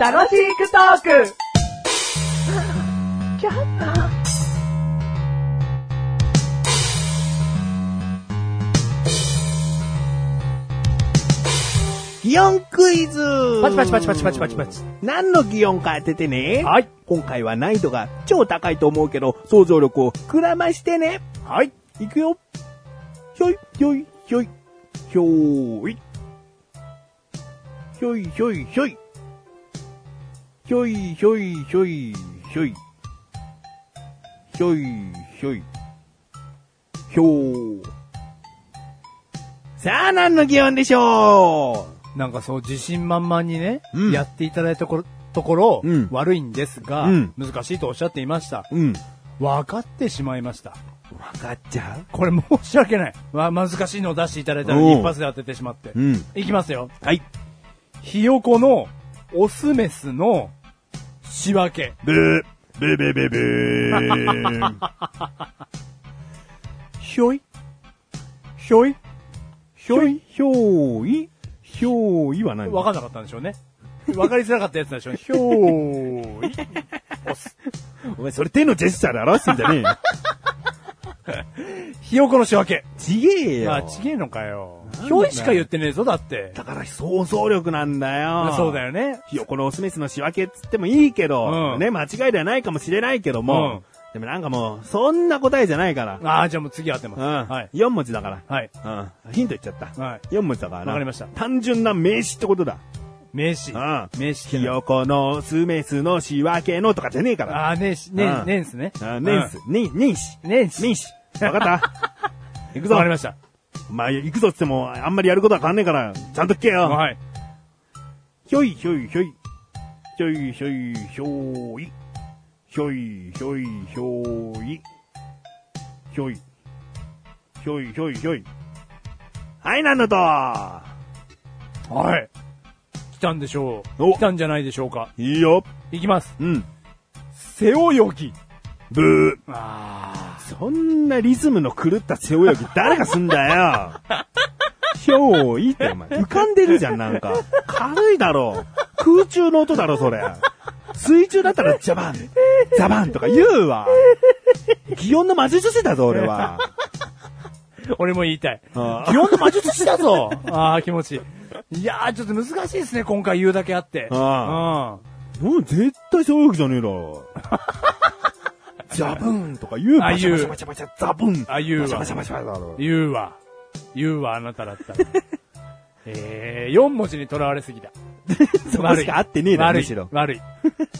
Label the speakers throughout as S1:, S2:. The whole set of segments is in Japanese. S1: 楽しくトーク
S2: 擬音クイズ
S3: パチパチパチパチパチパチパチ。
S2: 何の擬音か当ててね。
S3: はい。
S2: 今回は難易度が超高いと思うけど、想像力を膨らましてね。
S3: はい。
S2: いくよ。ひょい、ひょい、ひょい、ひょい。ひょい、ひょい、ひょい。ひょい、ひょい、ひょい、ひょい。ひょい、ひょい。ひょう。さあ、何の擬音でしょ
S3: なんかそう、自信満々にね、
S2: うん
S3: やっていただいたところ、ところ、
S2: うん
S3: 悪いんですが、
S2: うん
S3: 難しいとおっしゃっていました。
S2: ううん。
S3: 分かってしまいました。
S2: わかっちゃう
S3: これ申し訳ない。わ、難しいのを出していただいた
S2: お
S3: の
S2: う
S3: に一発で当ててしまって。
S2: ん。
S3: いきますよ。
S2: はい。
S3: ひよこの、オスメスの、仕分け。
S2: ブー、ブーブーブーブー。
S3: ひょい。ひょい。
S2: ひょい、ひょい、ひょいは何
S3: わかんなかったんでしょうね。わかりづらかったやつなんでしょう ね。ひょーい。オス。
S2: お前、それ手のジェスチャーで表してんじゃねえ よ。
S3: ひよこの仕分け。
S2: ちげえよ。
S3: あ、ちげえのかよ。
S2: だよ
S3: ひょいしか言ってねえぞ、だって。
S2: だから想像力なんだよ。
S3: そうだ
S2: よ。
S3: よね。
S2: ひよこのオスメスの仕分けっつってもいいけど、
S3: うん
S2: ね、間違いではないかもしれないけども、でもなんかもう、そんな答えじゃないから。
S3: ああ、じゃあもう次当てます。
S2: うん。
S3: はい。
S2: 4文字だから。
S3: はい。
S2: うん。ヒント言っちゃった。
S3: はい。
S2: 4文字だからな
S3: わかりました
S2: 単純な名詞ってことだ。
S3: 名詞。
S2: うん。
S3: 名詞っ
S2: ひ
S3: てな。
S2: よこのスメスの仕分けのとかじゃねえから。
S3: ああ、年始、年
S2: う、ん
S3: 年始ね。
S2: あ、年数、年、年始。
S3: うん。年始。
S2: 年始。わかった 行くぞ。
S3: わかりました。
S2: まあ、行くぞってっても、あんまりやることは変わんねえから、ちゃんと聞けよ。
S3: はい。
S2: ひょいひょいひょい。ひょいひょいひょい。ひょいひょいひょい。ひょい。ひょいひょいひょい。はい、なんのと
S3: はい。来たんでしょう。
S2: お
S3: 来たんじゃないでしょうか。
S2: いいよ。
S3: いきます。
S2: うん。
S3: 背泳ぎ。
S2: ブ
S3: あ
S2: ー。そんなリズムの狂った背泳 ぎ誰がすんだよ。ひょいってお前、浮かんでるじゃん、なんか。軽いだろ。空中の音だろ、それ。水中だったら、ジャバン、ジャバンとか言うわ。擬音の魔術師だぞ、俺 は。
S3: あ。俺も言いたい。
S2: あ
S3: 基本の魔術師だぞ。 ああ、気持ちいい。いやー、ちょっと難しいですね、今回言うだけあって。
S2: あ
S3: うん。
S2: もう絶対そういうわけじゃねえだろ。ジャブーンとか言う
S3: あ
S2: バシャ
S3: 言
S2: バ
S3: う
S2: シャバシャバシャザブン。
S3: あ言うわ
S2: バシャバシャバシャだろ。
S3: 言うわ。言うわ、あなただった ら。えー、4文字にとらわれすぎた。
S2: そこしか合ってねえだろ、
S3: 悪
S2: む
S3: い
S2: しろ。。
S3: 悪い。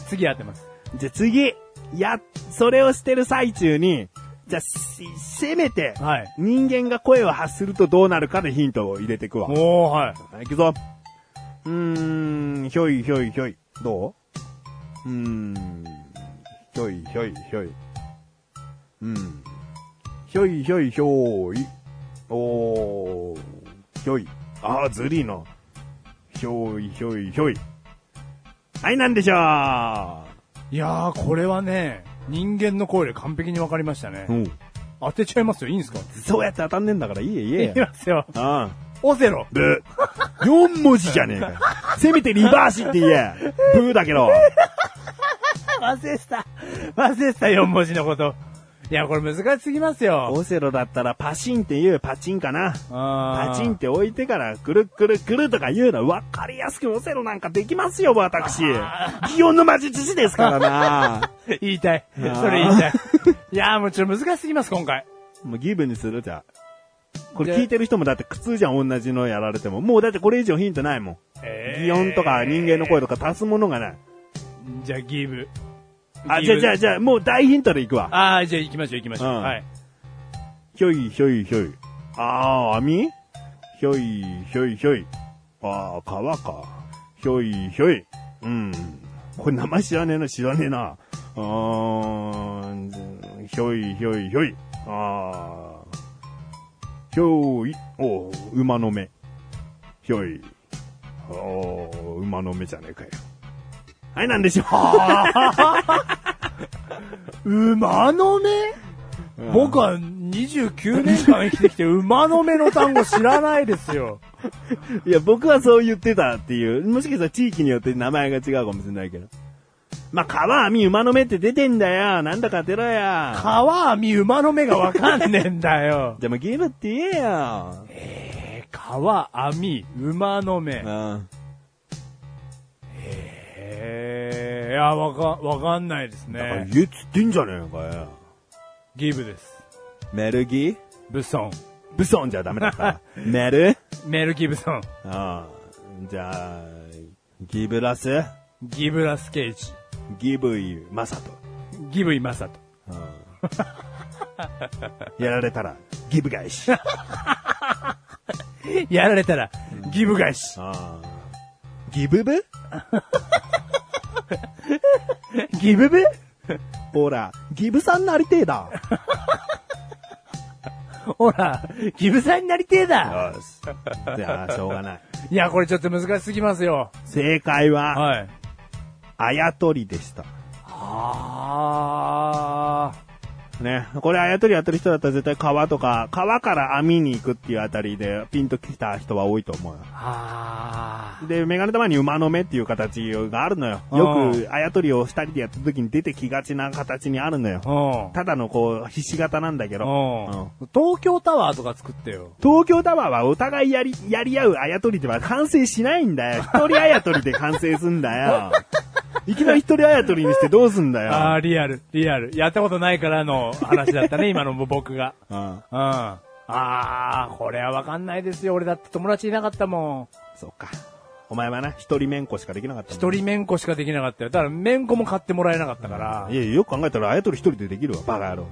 S3: 次当 てます。
S2: じゃあ次。いや、それをしてる最中に、じゃあ、しせめて、
S3: はい。
S2: 人間が声を発するとどうなるかでヒントを入れていくわ。
S3: おー、はい。
S2: はい、行くぞ。うーん、ひょいひょいひょい。どううーん、ひょいひょいひょい。うん。ひょいひょいひょい。おー、ひょい。あー、ずりーな。ひょいひょいひょい。はい、なんでしょ
S3: いやー、これはね、人間の声で完璧に分かりましたね
S2: う。。うん。
S3: 当てちゃいますよ、いいんですか
S2: そうやって当たんねえんだから、いいえ、いい
S3: い
S2: え
S3: き。ますよ。
S2: あ
S3: オセロ
S2: あ。。ブー。4文字じゃねえかよ。せめてリバーシって言え。ブーだけど。
S3: 忘れてた。忘れてた、4文字のこと。いや、これ難しすぎますよ。
S2: オセロだったらパシンって言うパチンかな。
S3: あー
S2: パチンって置いてからくるくるくるとか言うの分かりやすくオセロなんかできますよ、私。擬音の魔術師ですから な。
S3: 言いたい。そ
S2: ー
S3: れ言いたい。いやー、もうちょっと難しすぎます、今回。
S2: もうギブにするじゃあこれ
S3: で
S2: 聞いてる人もだって苦痛じゃん、同じのやられても。もうだってこれ以上ヒントないもん。
S3: えー
S2: 擬音とか人間の声とか足すものがない。
S3: じゃあ、ギブ。
S2: あ、
S3: ギ
S2: じゃ
S3: ブ
S2: あじゃあじゃあ、もう大ヒントでいくわ。
S3: あー、じゃあ行きましょう、行きましょう。
S2: うん
S3: はい。
S2: ひょいひょいひょい。あー、網ひょいひょいひょい。あー、川か。ひょいひょい。うん。これ名前知らねえな、知らねえな。あー、ひょいひょいひょい。あー。ひょい。おー馬の目。ひょい。おー、馬の目じゃねえかよ。はい、なんでしょう。
S3: 馬の目
S2: うん
S3: 僕は29年間生きてきて馬の目の単語知らないですよ。
S2: いや、僕はそう言ってたっていう。もしかしたら地域によって名前が違うかもしれないけど。まあ、川網馬の目って出てんだよ。なんだかてろや。
S3: 川網馬の目がわかんねえんだよ。
S2: でもゲームって言えよ。
S3: えー、川網馬の目。
S2: うん。
S3: えー、いや、わか、わかんないです
S2: だから
S3: ね。
S2: 言えっつってんじゃねえのかよ。
S3: ギブです。
S2: メルギ
S3: ブソン。
S2: ブソンじゃダメだった。 メル
S3: メル・ギブソン。
S2: ああ。じゃあ、ギブラス
S3: ギブラス・ケイジ。
S2: ギブイマサト。
S3: ギブイ・マサト。
S2: うんやられたら、ギブ返し。
S3: やられたら、ギブ返し。
S2: ああギブブ
S3: ギブブ
S2: ほら、ギブさんなりてえだ。
S3: ほら、ギブさんになりてえだ。
S2: よし。じゃあ、しょうがない。
S3: いや、これちょっと難しすぎますよ。
S2: 正解は、
S3: はい。
S2: あやとりでした。
S3: あ
S2: ね。これ、あやとりやってる人だったら絶対川とか、川から網に行くっていうあたりで、ピンと来た人は多いと思うよ
S3: ー。。あー。
S2: で、メガネ玉に馬の目っていう形があるのよ。
S3: うん
S2: よく、あやとりを二人でやった時に出てきがちな形にあるのよ。
S3: うん。
S2: ただのこう、ひし形なんだけど。うん
S3: うん。東京タワーとか作ってよ。
S2: 東京タワーはお互いやり、やり合うあやとりでは完成しないんだよ。一人あやとりで完成すんだ よ。いきなり一人あやとりにしてどうすんだ
S3: あ
S2: よ。
S3: ー、リアル、リアル。やったことないからの話だ ったね、今の僕が。
S2: うん。
S3: うん。あー、これはわかんないですよ。俺だって友達いなかったもん。
S2: そうか。お前はな、一人めんこしかできなかったもん
S3: 一人めんこしかできなかったよ。だから、めんこも買ってもらえなかったから。
S2: いやいや、よく考えたらあやとり一人でできるわ、バカ野郎。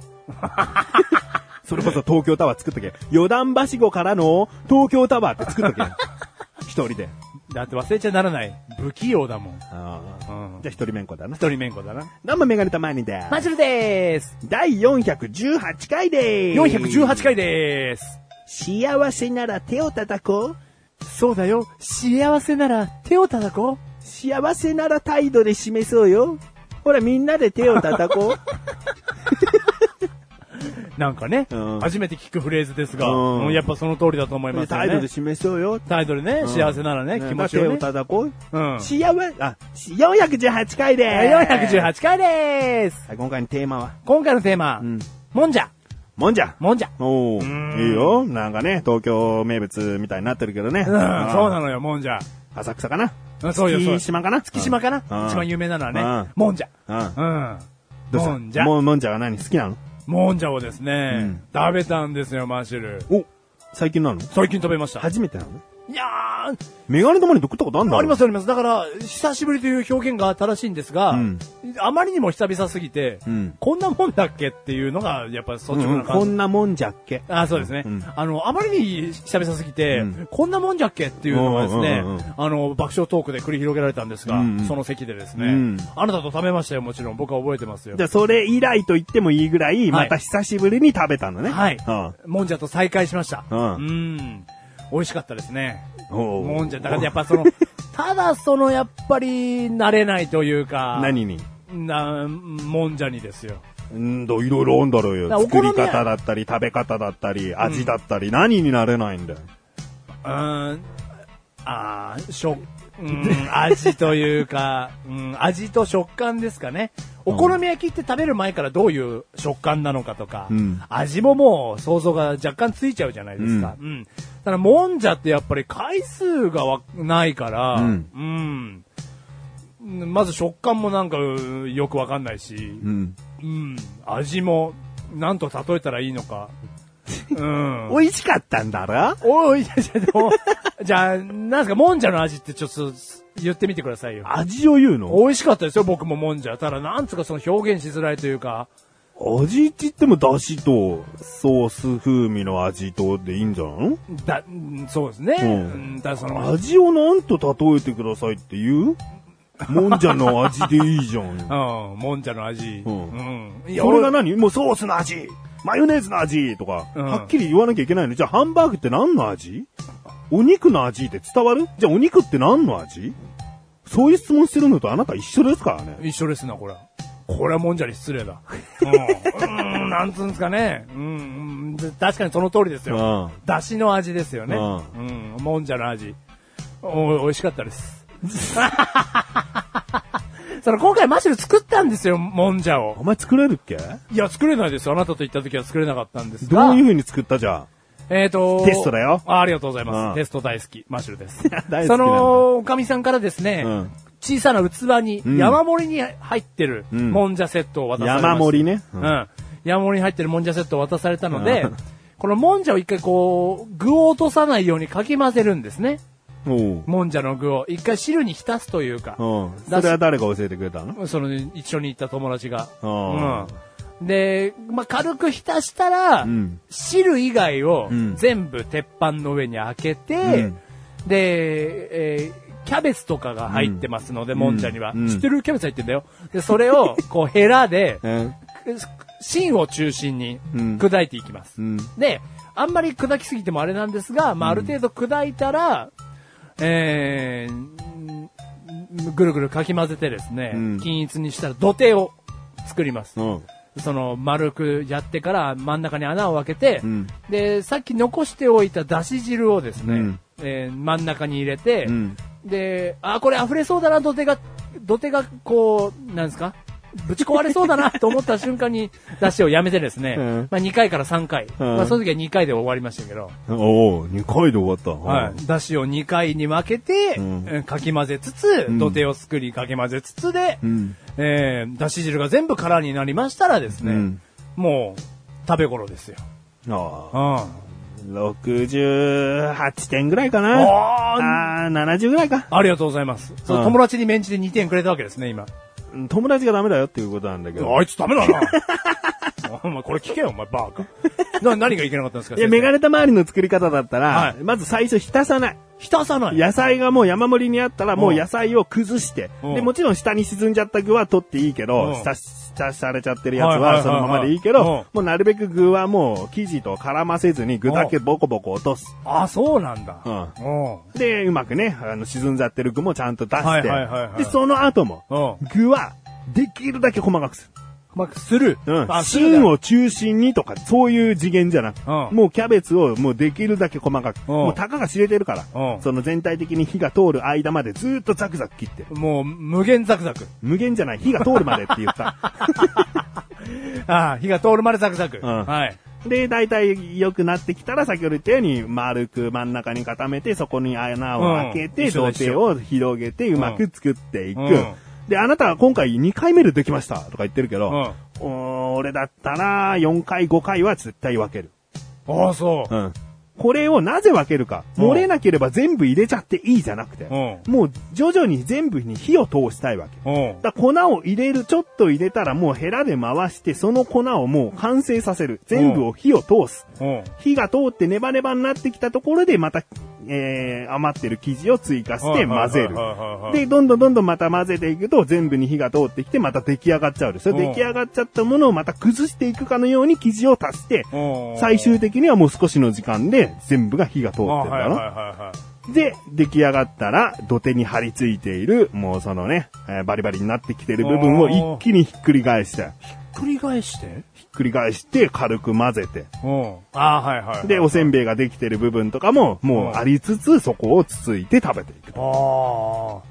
S2: それこそ東京タワー作っとけ。四段はしごからの東京タワーって作っとけ。 一人で。
S3: だって忘れちゃならない。不器用だもん。
S2: ああ
S3: うん
S2: じゃあ一人めんこだな。
S3: 一人めんこだな。
S2: どうもメガネたまにで
S3: マジルでーす。
S2: 第418回でーす。
S3: 418回でーす。
S2: 幸せなら手を叩こう。
S3: そうだよ。幸せなら手を叩こう。
S2: 幸せなら態度で示そうよ。ほら、みんなで手を叩 こう。
S3: なんかね、
S2: うん
S3: 初めて聞くフレーズですが、
S2: うん
S3: うんやっぱその通りだと思いますよね。
S2: 態度で示そうよ。
S3: 態度でね、幸せならね、気持ちを
S2: 手
S3: ね
S2: を。叩こう。
S3: うん。
S2: 幸せ、あ、418回でーす。
S3: 418回でーす。
S2: はい、今回のテーマは、
S3: 今回のテーマ、
S2: うん
S3: もんじゃ、
S2: もんじゃ。
S3: もんじゃ。
S2: お
S3: う
S2: ー
S3: ん
S2: いいよ。なんかね、東京名物みたいになってるけどね。うん、そう
S3: うん、そうなのよ、もんじゃ。
S2: 浅草かな
S3: うんそうよ、そうよ
S2: 月。島かな
S3: 月島かな
S2: うん
S3: 一番有名なのはね、
S2: う
S3: もんじゃ。
S2: ん。うん。
S3: う
S2: ど
S3: ん。
S2: うした
S3: もんじゃ。
S2: ももんじゃが何好きなの
S3: もんじゃをですね、
S2: うん
S3: 食べたんですよ、マッシュル。
S2: お、最近なの
S3: 最近食べました。
S2: 初めてなの
S3: いやー、
S2: メガネ玉に毒ったことあんだ。
S3: ありますすあります。だから、久しぶりという表現が正しいんですが、
S2: うん
S3: あまりにも久々すぎて、
S2: うん
S3: こんなもんだっけっていうのが、やっぱ率
S2: うん
S3: 直
S2: う
S3: なん
S2: こ
S3: 感じ。
S2: んなもんじゃっけ。
S3: あそうですね、
S2: うん
S3: あの、あまりに久々すぎて、
S2: うん
S3: こんなもんじゃっけっていうのがですね、
S2: うんうんうんうん
S3: あの、爆笑トークで繰り広げられたんですが、
S2: うんうん
S3: その席でですね、
S2: うん
S3: あなたと食べましたよ、もちろん。僕は覚えてますよ
S2: じ。ゃあ、それ以来と言ってもいいぐらい、また久しぶりに食べたのね。
S3: はい。
S2: うん
S3: もんじゃと再会しました。
S2: うん
S3: ん美味しかったですね。
S2: おう
S3: もんじゃ、だからやっぱ その、ただそのやっぱり慣れないというか、
S2: 何に
S3: な、もんじゃにですよ。
S2: うんと、いろいろあんだろうよ。
S3: だからお好
S2: 作
S3: み
S2: り
S3: 焼き
S2: 方だったり、食べ方だったり、味だったり、何になれないんだよ。
S3: うーん、あー食、うーん、味というか、 うん、味と食感ですかね。お好み焼きって食べる前からどういう食感なのかとか、
S2: うん
S3: 味ももう想像が若干ついちゃうじゃないですか。うん。ただ、もんじゃってやっぱり回数がわないから、
S2: うん
S3: うん。まず食感もなんかうよくわかんないし、
S2: うん。
S3: うん、味も、なんと例えたらいいのか。うん。
S2: 美味しかったんだろ
S3: おい、いやいやでもじゃあ、なんすか、もんじゃの味ってちょっと言ってみてくださいよ。
S2: 味を言うの
S3: 美味しかったですよ、僕ももんじゃ。ただ、なんつうかその表現しづらいというか、
S2: 味って言っても、だしと、ソース風味の味とでいいんじゃん
S3: だ、うんそうですね。
S2: う
S3: うんん、だからその、
S2: 味をなんと例えてくださいって言うもんじゃの味でいいじゃん。
S3: うん、もんじゃの味。
S2: う
S3: うんん。いや
S2: それが
S3: 俺
S2: 何もうソースの味マヨネーズの味とか、
S3: うん
S2: はっきり言わなきゃいけないのじゃあハンバーグって何の味お肉の味って伝わるじゃあお肉って何の味そういう質問してるのとあなた一緒ですからね。
S3: 一緒ですな、これ。これはもんじゃに失礼だ。うん、うんなんつうんですかね。うん、うん確かにその通りですよ。
S2: う
S3: だしの味ですよね。
S2: う
S3: うん、もんじゃの味。お美味しかっ たです。その今回マシュル作ったんですよ、もんじゃを
S2: お。前作れるっけ
S3: いや、作れないですよ。あなたと行った時は作れなかったんですが。
S2: どういう風に作ったじゃ
S3: えっ、と。
S2: テストだよ
S3: あありがとうございま
S2: う
S3: す。
S2: ん
S3: テスト大好き。マッシュル で
S2: 大好
S3: す。
S2: きなんだ
S3: その、おかみさんからですね、
S2: うん
S3: 小さな器に、
S2: ん
S3: 山盛りに入ってる、
S2: うん
S3: もんじゃセットを渡されました。
S2: 山盛りね
S3: う。
S2: うんん
S3: 山盛りに入ってるもんじゃセットを渡されたので、
S2: うん
S3: このもんじゃを一回こう、具を落とさないようにかき混ぜるんですね。
S2: ん。おう。
S3: もんじゃの具を。一回汁に浸すというか。
S2: うん。
S3: だ
S2: そ
S3: し
S2: れは誰が教えてくれたの
S3: その、一緒に行った友達が。
S2: あ
S3: うん。で、まあ、軽く浸したら、
S2: うん
S3: 汁以外を
S2: うん
S3: 全部鉄板の上に開けて、
S2: うん
S3: で、えーキャベツとかが入ってますので、
S2: うん
S3: もんじゃには、
S2: うん
S3: 知ってるキャベツ入ってんだよ。で、それを、こう、ヘ ラで、
S2: うん。
S3: 芯を中心に
S2: うん
S3: 砕いていきま
S2: う
S3: す。
S2: ん。
S3: で、あんまり砕きすぎてもあれなんですが、まあ、ある程度砕いたら、えーぐるぐるかき混ぜてですね、
S2: うん
S3: 均一にしたら土手を作ります。
S2: うん。
S3: その丸くやってから真ん中に穴を開けて、
S2: うん
S3: で、さっき残しておいただし汁をですね、
S2: うん
S3: えー真ん中に入れて、
S2: うん。
S3: で、あ、これ溢れそうだな、土手が、土手がこう、なんですかぶち壊れそうだなと思った瞬間 に出しをやめてですね、
S2: うん
S3: まあ2回から3回、
S2: うん
S3: まあその時は2回で終わりましたけど、
S2: おお二回で終わった。
S3: はい。だしを2回に分けて、
S2: うん
S3: えーかき混ぜつつ、
S2: ん
S3: 土手を作りかき混ぜつつで、
S2: うん。
S3: えー、だし汁が全部空になりましたらですね、
S2: うん
S3: もう、食べ頃ですよ。
S2: あ
S3: う
S2: あ。
S3: ん。
S2: 68点ぐらいかな。
S3: あー
S2: ああ、70ぐらいか。
S3: ありがとうございます。そううん友達にメンチで2点くれたわけですね、今。
S2: うん友達がダメだよっていうことなんだけど。
S3: あいつダメ だな。お前、これ聞けよ、お前、バーカ。な、何がいけなかったんですか
S2: いや、メガ
S3: ネ。
S2: ネた周りの作り方だったら、
S3: はい
S2: まず最初浸さない。
S3: 浸さない。
S2: 野菜がもう山盛りにあったら、もう
S3: うん
S2: 野菜を崩して、
S3: うん
S2: で、もちろん下に沈んじゃった具は取っていいけ
S3: うん
S2: ど、下、下されちゃってるやつ
S3: はいはいはいは
S2: はいそのままでいいけ
S3: うん
S2: ど、もうなるべく具はもう生地と絡ませずに具だけボコボコ落とす。
S3: あ、そうなんだ。
S2: うん
S3: うん。
S2: で、うまくね、あの、沈んじゃってる具もちゃんと出して、
S3: はいはいはいはい
S2: で、その後も、
S3: う
S2: 具は、できるだけ細かくす
S3: まあ、する。
S2: る。うん。
S3: あ、するだ
S2: 芯。を中心にとか、そういう次元じゃなく、
S3: うん
S2: もうキャベツをもうできるだけ細かく、
S3: うん
S2: もうたかが知れてるから、
S3: うん
S2: その全体的に火が通る間までずーっとザクザク切ってる。
S3: もう、無限ザクザク。
S2: 無限じゃない、火が通るまでって言 った。
S3: あー火が通るまでザクザク。
S2: うん
S3: はい。
S2: で、大体良くなってきたら、先ほど言ったように、丸く真ん中に固めて、そこに穴を開け
S3: うん
S2: て、
S3: 一緒だ
S2: 土
S3: 一緒
S2: 手を広げて、うまく作っていく。
S3: うん
S2: で、あなたは今回2回目でできましたとか言ってるけど、
S3: うん
S2: おー俺だったら4回5回は絶対分ける。
S3: ああ、そう。
S2: うん。これをなぜ分けるか。
S3: うん
S2: 漏れなければ全部入れちゃっていいじゃなくて、
S3: う
S2: もう徐々に全部に火を通したいわけ。
S3: うん。
S2: だから粉を入れる、ちょっと入れたらもうヘラで回して、その粉をもう完成させる。全部を火を通す。
S3: うん。
S2: 火が通ってネバネバになってきたところで、また、えー、余ってる生地を追加して混ぜる
S3: はい。はいはいはいはい
S2: で、どんどんどんどんまた混ぜていくと、全部に火が通ってきて、また出来上がっちゃうでしょ。
S3: うん
S2: 出来上がっちゃったものをまた崩していくかのように生地を足して、
S3: うん
S2: 最終的にはもう少しの時間で全部が火が通ってる
S3: あ
S2: ん
S3: は
S2: だ
S3: いはい
S2: ろ。
S3: は
S2: で、出来上がったら、土手に張り付いている、もうそのね、えーバリバリになってきてる部分を一気にひっくり返して、
S3: い。繰り返して
S2: ひっくり返して軽く混ぜて、
S3: うん。ああ、はいはいはい。
S2: で、おせんべいができてる部分とかも、もうありつつ、そこをつついて食べていく。
S3: ああ。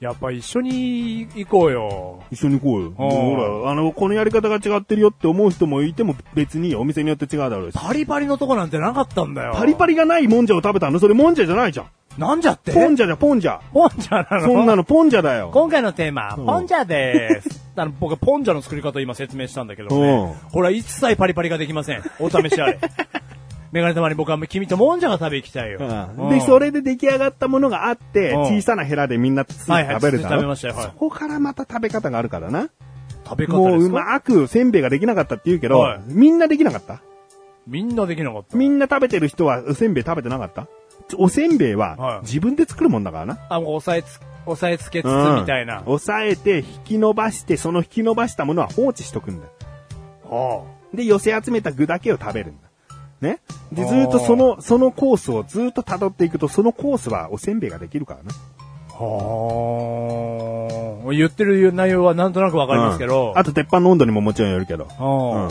S3: やっぱ一緒に行こうよ。
S2: 一緒に行こうよ。
S3: おー
S2: ほら、あの、このやり方が違ってるよって思う人もいても別にお店によって違うだろうし。
S3: パリパリのとこなんてなかったんだよ。
S2: パリパ
S3: リ
S2: リがないもんじゃを食べたのそれもんじゃじゃないじゃん。
S3: なんじゃって
S2: ポンジャじゃ、ポンジャ。
S3: ポンジャなの
S2: そんなのポンジャだよ。
S3: 今回のテーマ、
S2: うん
S3: ポンジャです。あの、僕はポンジャの作り方を今説明したんだけどね。これは一切パリパリができませ ん。お試しあれ。メガネたまに僕は君ともんじゃが食べ行きたいよ。うん
S2: で、それで出来上がったものがあって、
S3: うん
S2: 小さなヘラでみんなつつい
S3: はい
S2: て
S3: はい
S2: 食べるだろ、
S3: つついて食べましたよはい
S2: そこからまた食べ方があるからな。
S3: 食べ方
S2: も
S3: で
S2: う
S3: す
S2: う
S3: か
S2: まくせんべいができなかったって言うけど、
S3: はい
S2: みんなできなかった
S3: みんなできなかった。
S2: みんな食べてる人はおせんべい食べてなかったおせんべい
S3: はい
S2: は自分で作るもんだからな。
S3: あ、もう押さえつ、押さえつけつつ
S2: うん
S3: みたいな。
S2: 押さえて引き伸ばして、その引き伸ばしたものは放置しとくんだよ。
S3: あ
S2: で、寄せ集めた具だけを食べるんだ。ね。で、
S3: あー
S2: ずーっとその、そのコースをずーっと辿っていくと、そのコースはおせんべいができるからね。
S3: あ。はあ。言ってる内容はなんとなくわかりますけど。
S2: うんあと鉄板の温度にももちろんよるけど。
S3: うん
S2: うん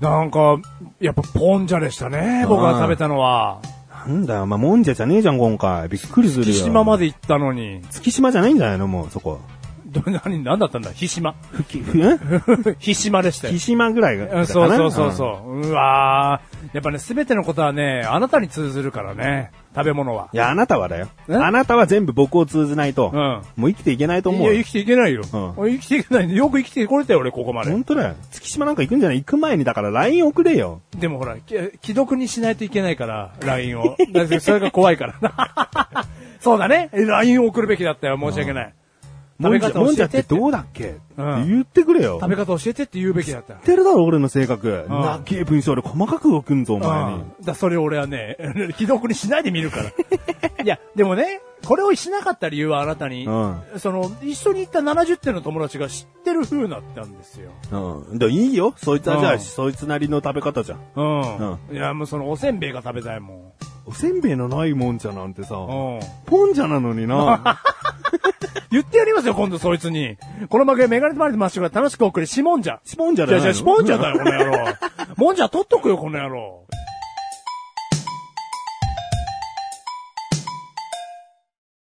S3: なんか、やっぱポンジャでしたね、僕が食べたのは。
S2: なんだよ、お前、もんじゃじゃねえじゃん、今回。びっくりするよ。
S3: 月島まで行ったのに。
S2: 月島じゃないんじゃないのもう、そこ。
S3: ど、何、何だったんだひしま。
S2: ふき、ふ、ん
S3: ひしまでしたよ
S2: 木。島ぐらい
S3: うん
S2: が。
S3: そうそうそうそう。うわーやっぱね、すべてのことはね、あなたに通ずるからね、食べ物は
S2: うん。い。や、あなたはだよ。
S3: え
S2: あなたは全部僕を通じないと、
S3: うん
S2: もう生きていけないと思
S3: いうや、
S2: よ。
S3: 生きていけないよ。
S2: うん
S3: 俺生きていけない。よく生きてこれたよ、俺、ここまで。
S2: 本当だよ。月島なんか行くんじゃない行く前に、だから LINE 送れよ。
S3: でもほら、き既読にしないといけないから、LINE を。だってそれが怖いから。 そうだね。LINE を送るべきだったよ、申し訳ない。食べ方
S2: も
S3: 教
S2: んじゃ
S3: え
S2: ってて
S3: って。
S2: どうだっけ、
S3: うん
S2: 言ってくれよ。
S3: 食べ方教えてって言うべきだった。
S2: 知ってるだろ、俺の性格。なげえ文章で細かく動くんぞ、お前
S3: う
S2: に。
S3: ん。だ、それ俺はね、 既読にしないで見るから。いや、でもね、これをしなかった理由はあなたに、
S2: う
S3: その、一緒に行った70点の友達が知ってる風だったんですよ。
S2: うん。でもいいよ。そいつはじゃあ、
S3: うん
S2: そいつなりの食べ方じゃん。
S3: うん。
S2: う
S3: いや、もうそのおせんべいが食べたいも
S2: おせんべいのないもんじゃなんてさ、
S3: ん。うん。
S2: ポンジャなのにな。
S3: 言ってやりますよ、今度そいつに。この番組メガネとマリとマッシュが楽しくお送り、シモンジャ。
S2: スポンジャ
S3: じ
S2: だ
S3: ゃ
S2: よ。
S3: じゃシモンジャだよ、この野郎。もんじゃ取っとくよ、この野郎。